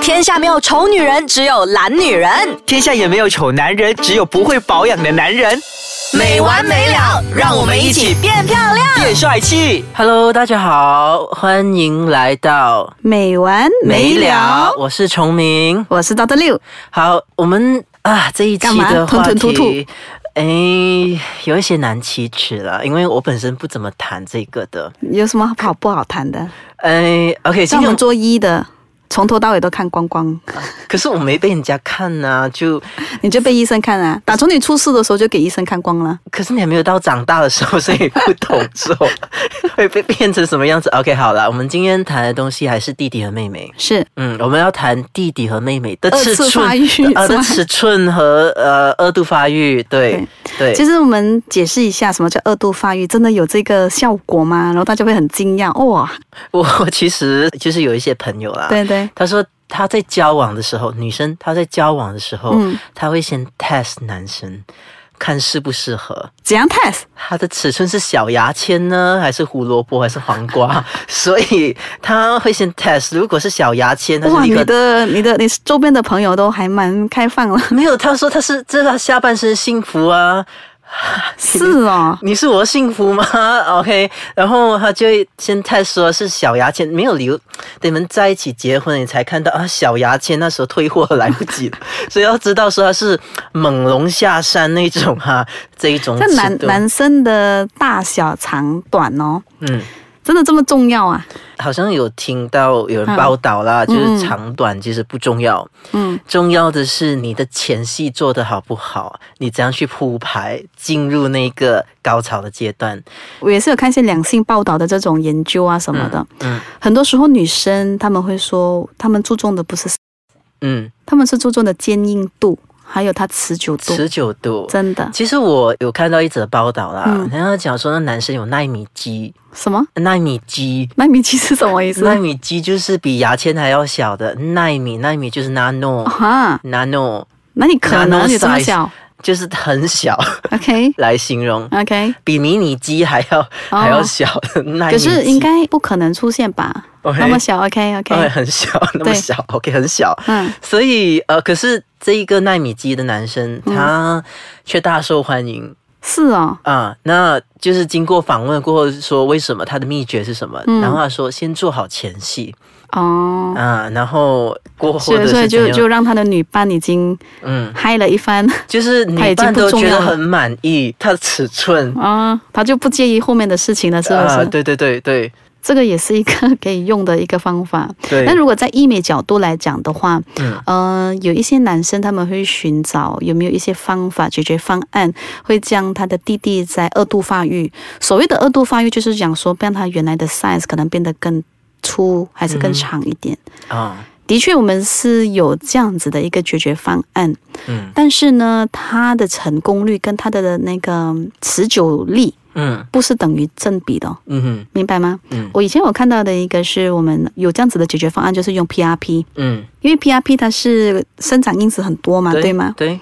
天下没有丑女人，只有懒女人。天下也没有丑男人，只有不会保养的男人。没完没了，让我们一起变漂亮。变帅气。 Hello，大家好，欢迎来到美完没了，我是崇明。我是 Doctor 六，好，我们啊这一期干嘛的话题，吞吞吐吐哎，有一些难启齿了，因为我本身不怎么谈这个的。有什么好不好谈的？哎，OK，今像我天们做医的，从头到尾都看光光，可是我没被人家看呐、就你就被医生看啊。打从你出事的时候就给医生看光了。可是你还没有到长大的时候，所以不懂说 会被变成什么样子。OK，好了，我们今天谈的东西还是弟弟和妹妹。是嗯，我们要谈弟弟和妹妹的二尺次寸，发育 呃是的吗尺寸和呃二度发育，对对，其实我们解释一下什么叫二度发育，真的有这个效果吗？然后大家会很惊讶，哇， 我我其实就是有一些朋友啦，对对，他说他在交往的时候，女生她在交往的时候，嗯她会先 test 男生，看适不适合。怎样 test？他的尺寸是小牙签呢，还是胡萝卜，还是黄 瓜？所以他会先 test。如果是小牙签，他哇，是一你个的你的你周边的朋友都还蛮开放了，没有。他说他是这是他下半身幸福啊， 是哦，你是我幸福吗 ？OK，然后他就会先太说是小牙签没有留，等你们在一起结婚，你才看到啊，小牙签那时候退货来不及了， 所以要知道说他是猛龙下山那种哈、这一种这男尺度男生嗯的大小长短哦，嗯，真的这么重要啊？好像有听到有人报道啦，就是长短其实不重要，嗯，重要的是你的前戏做得好不好，你怎样去铺排进入那个高潮的阶段，我也是有看一些两性报道的这种研究啊什么的。嗯很多时候女生她们会说，她们注重的不是，嗯，她们是注重的坚硬度，还有它持久度。持久度。真的其实我有看到一则报道啦，嗯人家讲说那男生有纳米肌，什么？纳米肌。纳米机是什么意思纳？米肌就是比牙签还要小的纳米，纳米就是 nano，nano、 啊， nano 那你可 Nano 能有这么 size 小就是很小 ？OK 来形容， OK，比迷你鸡还要、哦还要小的纳米可肌。是应该不可能出现吧 OK 那么小？OK 哎 OK，很小，那么对小，OK 很小。嗯，所以呃，可是这一个纳米肌的男生，嗯他却大受欢迎。是哦，啊，那就是经过访问过后说为什么他的秘诀是什么，嗯然后他说先做好前戏哦。啊，然后过后所的以，是所以怎就样就让他的女伴已经嗯，嗨了一番就是他女已经伴不都重觉得要了很满意他的尺寸啊、他就不介意后面的事情了，是不是？啊，对对对对这个也是一个 可以用的一个方法。对，那如果在医美角度来讲的话，嗯呃，有一些男生他们会寻找有没有一些方法、解决方案，会将他的弟弟在二度发育。所谓的二度发育，就是讲说让他原来的 size 可能变得更粗还嗯是更长一点。啊的确，我们是有这样子的一个解决方案，嗯但是呢，它的成功率跟它的那个持久力嗯不是等于正比的哦、嗯哼明白吗？嗯我以前有看到的一个是我们有这样子的解决方案，就是用 PRP，嗯，因为 PRP 它是生长因子很多嘛，啊对吗？对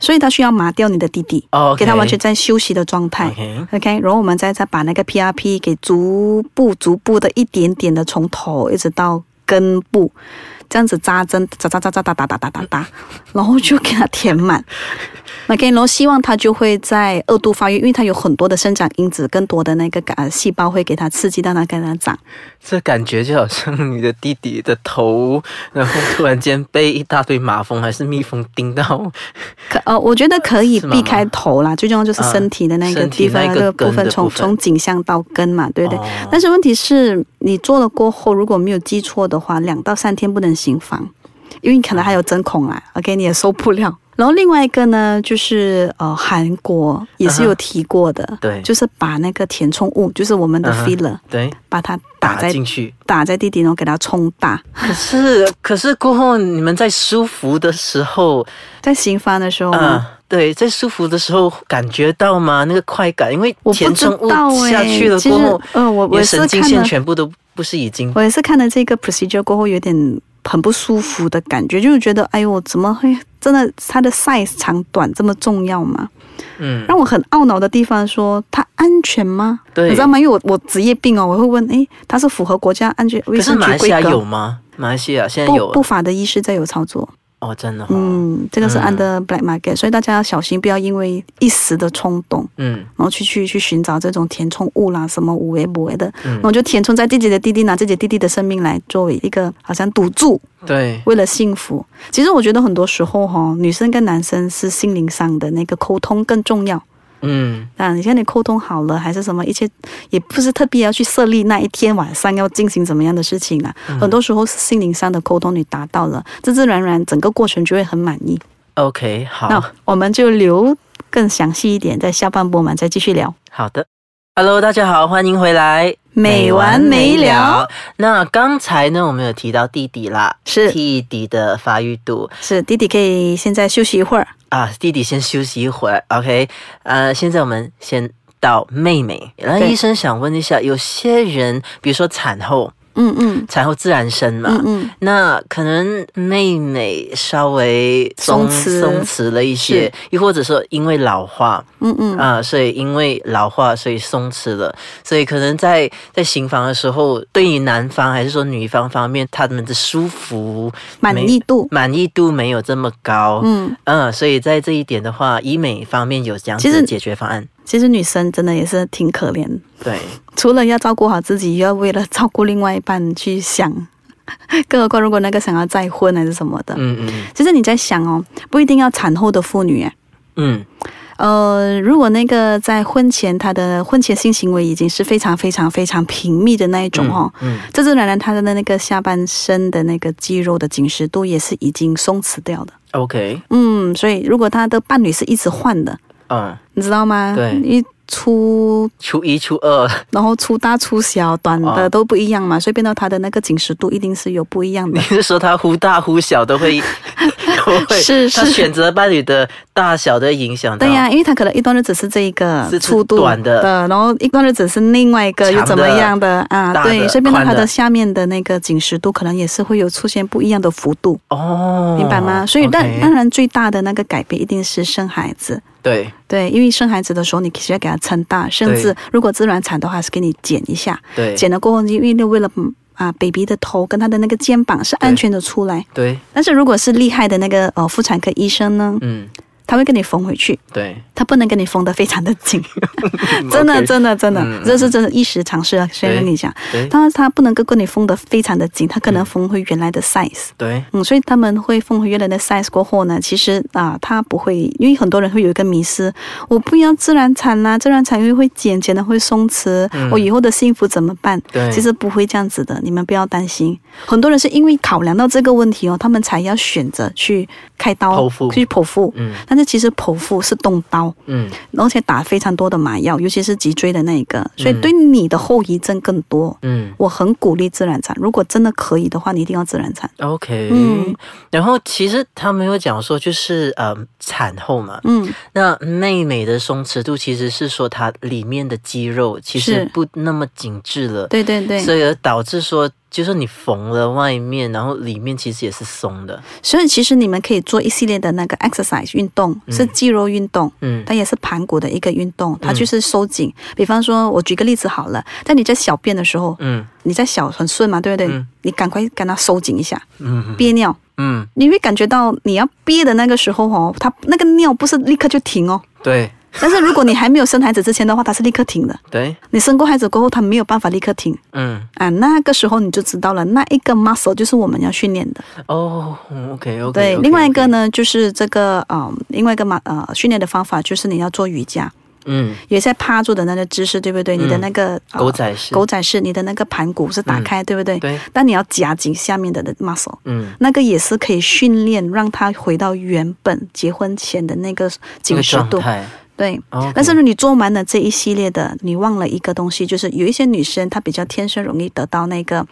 所以它需要麻掉你的弟弟，哦，给他完全在休息的状态。 OK， OK，然后我们再再把那个 PRP 给逐步、逐步的一点点的从头一直到根部，这样子扎针，扎扎扎扎打打打打打 打，然后就给它填满。OK，然后希望它就会在二度发育，因为它有很多的生长因子，更多的那个感细胞会给它刺激，让它跟它长。这感觉就好像你的弟弟的头，然后突然间被一大堆马蜂还是蜜蜂叮到，可呃，我觉得可以是吗避开头啦，最重要就是身体的那啊个身体地方、那那个个部根分，的从部分从颈项到根嘛，对不对？哦但是问题是你做了过后，如果没有记错的话，两到三天不能行房，因为你可能还有针孔啦，OK，你也受不了。 然后另外一个呢，就是呃，韩国也是有提过的，对就是把那个填充物，就是我们的嗯哼 filler，、对，把它打打在进去。打在地底，然后给它冲大。可是，可是过后你们在舒服的时候，在行房的时候啊、呢，对，在舒服的时候感觉到吗？那个快感，因为我不填知充物道哎、下去了其过实后，呃，我你我的是神经看线了。全部都不是已经我也是看了这个 procedure 过后，有点很不舒服的感觉，就是觉得哎呦，怎么会真的它的 size 长短这么重要吗？嗯，让我很懊恼的地方说它安全吗？对你知道吗？因为我我职业病哦，我会问，哎，它是符合国家安全卫可是生马局来西规亚有格？吗？马来西亚现在有不不法的医师在有操作。哦，真的、哦，嗯，这个是嗯 under black market，、所以大家要小心，不要因为一时的冲动，嗯然后去去去寻找这种填充物啦，什么五为不为的，嗯然后就填充在自己的弟弟，拿自己弟弟的生命来作为一个好像赌注，对，为了幸福。其实我觉得很多时候哈、女生跟男生是心灵上的那个沟通更重要。嗯啊，你看你沟通好了还是什么，一切也不是特别要去设立那一天晚上要进行怎么样的事情啦。很多时候是心灵上的沟通你达到了，自自然而然整个过程就会很满意。 ，OK，好。那我们就留更详细一点，在下半波我们再继续聊。好的，Hello，大家好，欢迎回来，美完没了。那刚才呢，我们有提到弟弟啦，是弟弟的发育度是，弟弟可以现在休息一会儿。啊，弟弟先休息一会儿，OK，呃，现在我们先到妹妹。然后对医生想问一下，有些人，比如说产后，嗯嗯产后自然生嘛，嗯嗯，那可能妹妹稍微松弛松弛了一些是，又或者说因为老化嗯嗯，啊、所以因为老化所以松弛了，所以可能在在行房的时候，对于男方还是说女方方面，他们的舒服满没意度满意度没有这么高，嗯，嗯、所以在这一点的话，医美方面有这样其子实的解决方案，其实女生真的也是挺可怜，对，除了要照顾好自己，又要为了照顾另外一半去想。 更何况，如果那个想要再婚还是什么的，嗯嗯其实你在想哦，不一定要产后的妇女诶，嗯，呃，如果那个在婚前她的婚前性行为已经是非常非常非常频密的那一种哦，嗯，自自然然她的那个下半身的那个肌肉的紧实度也是已经松弛掉的。嗯，OK，嗯，所以如果她的伴侣是一直换的，嗯，你知道吗？对一出初一初二， 然后粗大粗小、短啊的都不一样嘛，所以变到它的那个紧实度一定是有不一样你的。是说他忽大忽小都 会，都会是他是选择伴侣的大小都会影响到。对呀、因为它可能一段日子是这一个是是粗度短的然后一段日子是另外一个长的又怎么样的啊？大的对，所以变到它宽的的下面的那个紧实度可能也是会有出现不一样的幅度，哦，明白吗？所以嗯当 OK 当然最大的那个改变一定是生孩子。对对，因为生孩子的时候，你需要给他撑大，甚至如果自然产的话，是给你剪一下，对剪了过后，因为为了嗯啊 baby 的头跟他的那个肩膀是安对全的出来。对，但是如果是厉害的那个呃妇产科医生呢，嗯他会跟你缝回去，对，他不能跟你缝得非常的 紧，真的 OK 真的真的，嗯这是真的一时尝试啊，先跟你讲，对他他不能够跟你缝得非常的紧，他可能缝回原来的 size。对嗯，所以他们会缝回原来的 size 过后呢，其实啊，他不会，因为很多人会有一个迷失，我不要自然产啦、自然产因为会减，减了会松弛，我以后的幸福怎么办？嗯对其实不会这样子的，你们不要担心。很多人是因为考量到这个问题哦，他们才要选择去开刀剖腹去剖腹。嗯但是其实剖腹是动刀，嗯而且打非常多的麻药，尤其是脊椎的那一个，所以对你的后遗症更多。嗯我很鼓励自然产，如果真的可以的话，你一定要自然产。 ，OK。嗯然后其实他们有讲说，就是呃产后嘛，嗯，那妹妹的松弛度其实是说它里面的肌肉其实是不那么紧致了。对对对，所以而导致说，就是你缝了外面，然后里面其实也是松的。所以其实你们可以做一系列的那个 exercise 运动，是肌肉运动。嗯它也是盘骨的一个运动，它就是收紧。比方说，我举个例子好了，在你在小便的时候，嗯你在小很顺嘛，对不对？嗯你赶快跟它收紧一下，嗯憋尿，嗯，你会感觉到你要憋的那个时候哦，它那个尿不是立刻就 停哦，对但是如果你还没有生孩子之前的话，它是立刻停的。对，你生过孩子过后，它没有办法立刻停嗯啊，那个时候你就知道了，那一个 muscle 就是我们要训练的。哦，OK OK。对另外一个，呢，就是这个嗯，另外一个嘛呃训练的方法就是你要做瑜伽，嗯，也在趴住的那个姿势，对不对？你的那个、呃狗仔式，嗯狗仔式，你的那个盘骨是打开，对不对？对，但你要夹紧下面的的 muscle，嗯，那个也是可以训练，让它回到原本结婚前的那个这紧个实状度。态，哦对。 OK 但是呢，你做完了这一系列的，你忘了一个东西，就是有一些女生她比较天生容易得到那个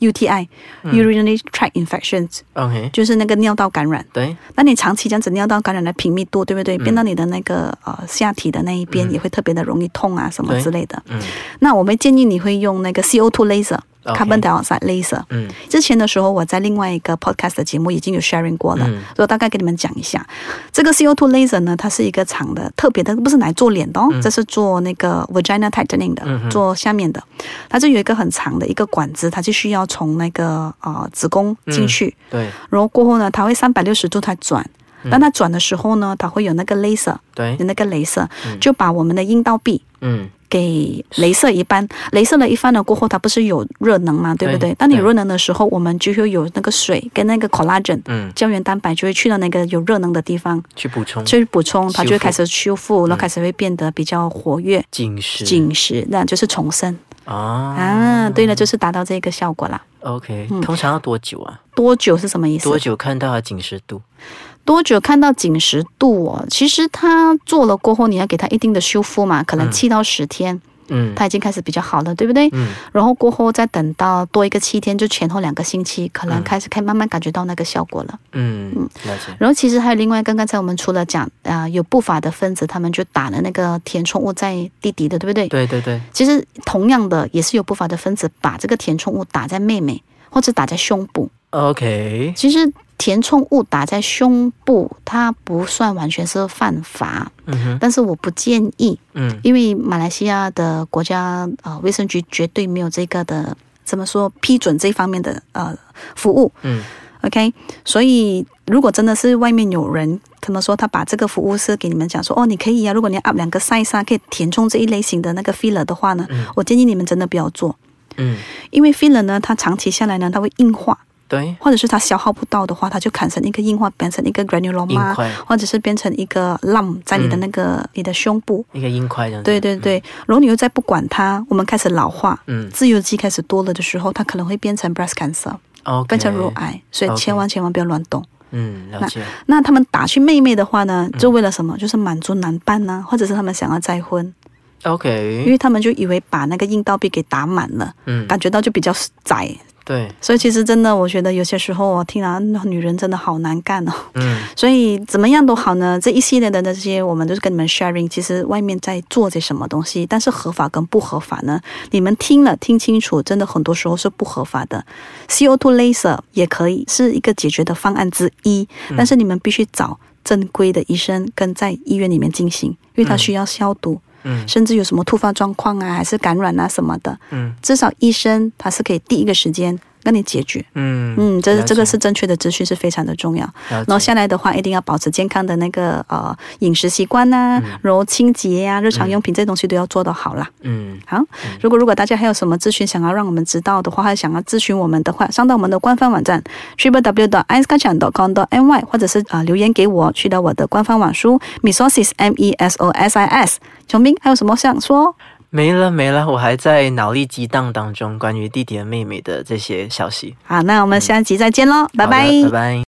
UTI、urinary 嗯 tract infections， OK，就是那个尿道感染。对，那你长期这样子尿道感染的频密度，对不嗯对？变到你的那个呃下体的那一边也会特别的容易痛啊，什么对之类的。嗯那我们建议你会用那个 CO2 laser， OK carbon dioxide laser。嗯，之前的时候我在另外一个 podcast 的节目已经有 sharing 过了，嗯所以我大概给你们讲一下。这个 CO2 laser 呢，它是一个长的特别的，不是拿来做脸的哦，嗯这是做那个 vagina tightening 的，做下面的。它就有一个很长的一个管子，它就需要从那个呃子宫进嗯去。对然后过后呢，它会三百六十度它转。嗯当它转的时候呢，它会有那个镭射，对有，那个镭射就把我们的阴道壁嗯给镭射一般，镭射了一番了过后，它不是有热能嘛，对不对？对当你对热能的时候，我们就会有那个水跟那个 collagen 嗯，胶原蛋白就会去到那个有热能的地方去补充去补充，它修就会复开始修复，然后开始会变得比较活跃、紧实紧实，那就是重生啊啊。对了，就是达到这个效果啦。 ，OK，通常要多久啊？多久是什么意思？多久看到它紧实度？多久看到紧实度哦？其实它做了过后，你要给它一定的修复嘛，可能七到十天，嗯它已经开始比较好了，对不对？嗯然后过后再等到多一个七天，就前后两个星期，可能开始可以慢慢感觉到那个效果了。嗯，了解，然后其实还有另外一个，刚才我们除了讲啊、呃有不法的分子，他们就打了那个填充物在弟弟的，对不对？对对对，其实同样的，也是有不法的分子把这个填充物打在妹妹或者打在胸部， OK，其实填充物打在胸部，它不算完全是犯法，嗯哼，但是我不建议，嗯因为马来西亚的国家呃卫生局绝对没有这个的怎么说批准这方面的呃服务嗯，OK？所以如果真的是外面有人。他们说他把这个服务是给你们讲说哦，你可以啊，如果你要 up 两个 size 啊，可以填充这一类型的那个 filler 的话呢，我建议你们真的不要做，嗯，因为 filler 呢，它长期下来呢，它会硬化，对，或者是它消耗不到的话，它就砍成一个硬化，变成一个硬 granuloma，块嗯或者是变成一个 lump 在你的那个、你的胸部。一个硬块这样子，对对对，然后你又再不管它，我们开始老化，嗯自由基开始多了的时候，它可能会变成 breast cancer，嗯，OK，变成啊乳癌，所以 OK 千万千万不要乱动。嗯，了解，那他们打去妹妹的话呢，就为了什么？嗯就是满足男伴呐、或者是他们想要再婚，因 OK，为他们就以为把那个阴道壁给打满了，嗯，感觉到就比较窄，对，所以其实真的，我觉得有些时候我听啊，那女人真的好难干哦。嗯所以怎么样都好呢，这一系列的那些我们都是跟你们 sharing，其实外面在做些什么东西，但是合法跟不合法呢？你们听了听清楚，真的很多时候是不合法的。CO2 laser 也可以是一个解决的方案之一，嗯但是你们必须找正规的医生跟在医院里面进行，因为它需要消毒。嗯甚至有什么突发状况啊，还是感染啊什么的，嗯至少医生他是可以第一个时间跟你解决。嗯嗯，这是了这个解是正确的资讯是非常的重要。了然后解下来的话，一定要保持健康的那个呃饮食习惯呐、然后清洁呀、日常用品这些东西都要做得好啦。嗯好，如果如果大家还有什么咨询想要让我们知道的话，还想要咨询我们的话，上到我们的官方网站 triple w d i c e k a c h a n c o m n y 或者是啊、呃留言给我，去到我的官方网书 mesosis m e s o s i s。琼斌还有什么想说？没了没了，我还在脑力激荡当中，关于弟弟和妹妹的这些消息。好，那我们下一集再见喽，拜好的拜。拜拜。